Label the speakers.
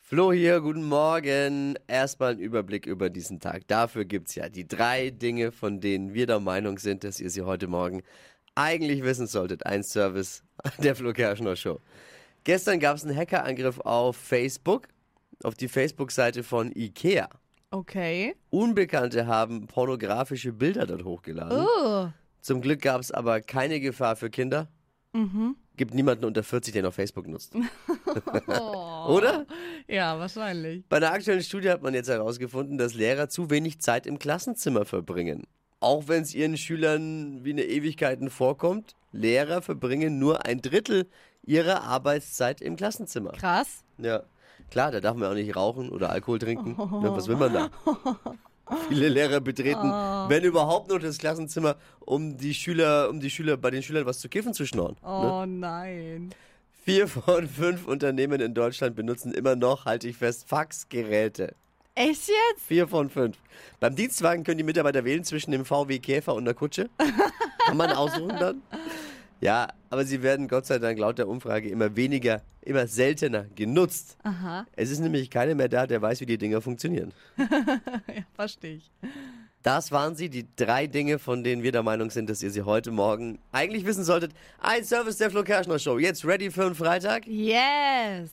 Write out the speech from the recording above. Speaker 1: Flo hier, guten Morgen. Erstmal ein Überblick über diesen Tag. Dafür gibt's ja die drei Dinge, von denen wir der Meinung sind, dass ihr sie heute Morgen eigentlich wissen solltet. Ein Service der Flo Kerschner Show. Gestern gab's einen Hackerangriff auf Facebook, auf die Facebook-Seite von Ikea.
Speaker 2: Okay.
Speaker 1: Unbekannte haben pornografische Bilder dort hochgeladen.
Speaker 2: Oh.
Speaker 1: Zum Glück gab es aber keine Gefahr für Kinder. Gibt niemanden unter 40, der noch Facebook nutzt. Oder?
Speaker 2: Ja, wahrscheinlich.
Speaker 1: Bei einer aktuellen Studie hat man jetzt herausgefunden, dass Lehrer zu wenig Zeit im Klassenzimmer verbringen. Auch wenn es ihren Schülern wie eine Ewigkeiten vorkommt, Lehrer verbringen nur ein Drittel ihrer Arbeitszeit im Klassenzimmer.
Speaker 2: Krass.
Speaker 1: Ja. Klar, da darf man auch nicht rauchen oder Alkohol trinken. Na, was will man da? Viele Lehrer betreten, wenn überhaupt nur das Klassenzimmer, um die Schüler, um die Schüler bei den Schülern was zu kiffen zu schnorren. ne?
Speaker 2: Oh nein.
Speaker 1: Vier von fünf Unternehmen in Deutschland benutzen immer noch, halte ich fest, Faxgeräte.
Speaker 2: Echt jetzt?
Speaker 1: Vier von fünf. Beim Dienstwagen können die Mitarbeiter wählen zwischen dem VW Käfer und der Kutsche. Kann man aussuchen dann? Ja, aber sie werden Gott sei Dank laut der Umfrage immer weniger, immer seltener genutzt.
Speaker 2: Aha,
Speaker 1: Es ist nämlich keiner mehr da, der weiß, wie die Dinger funktionieren.
Speaker 2: ja, verstehe ich.
Speaker 1: Das waren sie, die drei Dinge, von denen wir der Meinung sind, dass ihr sie heute Morgen eigentlich wissen solltet. Ein Service der Flo Kerschner Show. Jetzt ready für einen Freitag?
Speaker 2: Yes.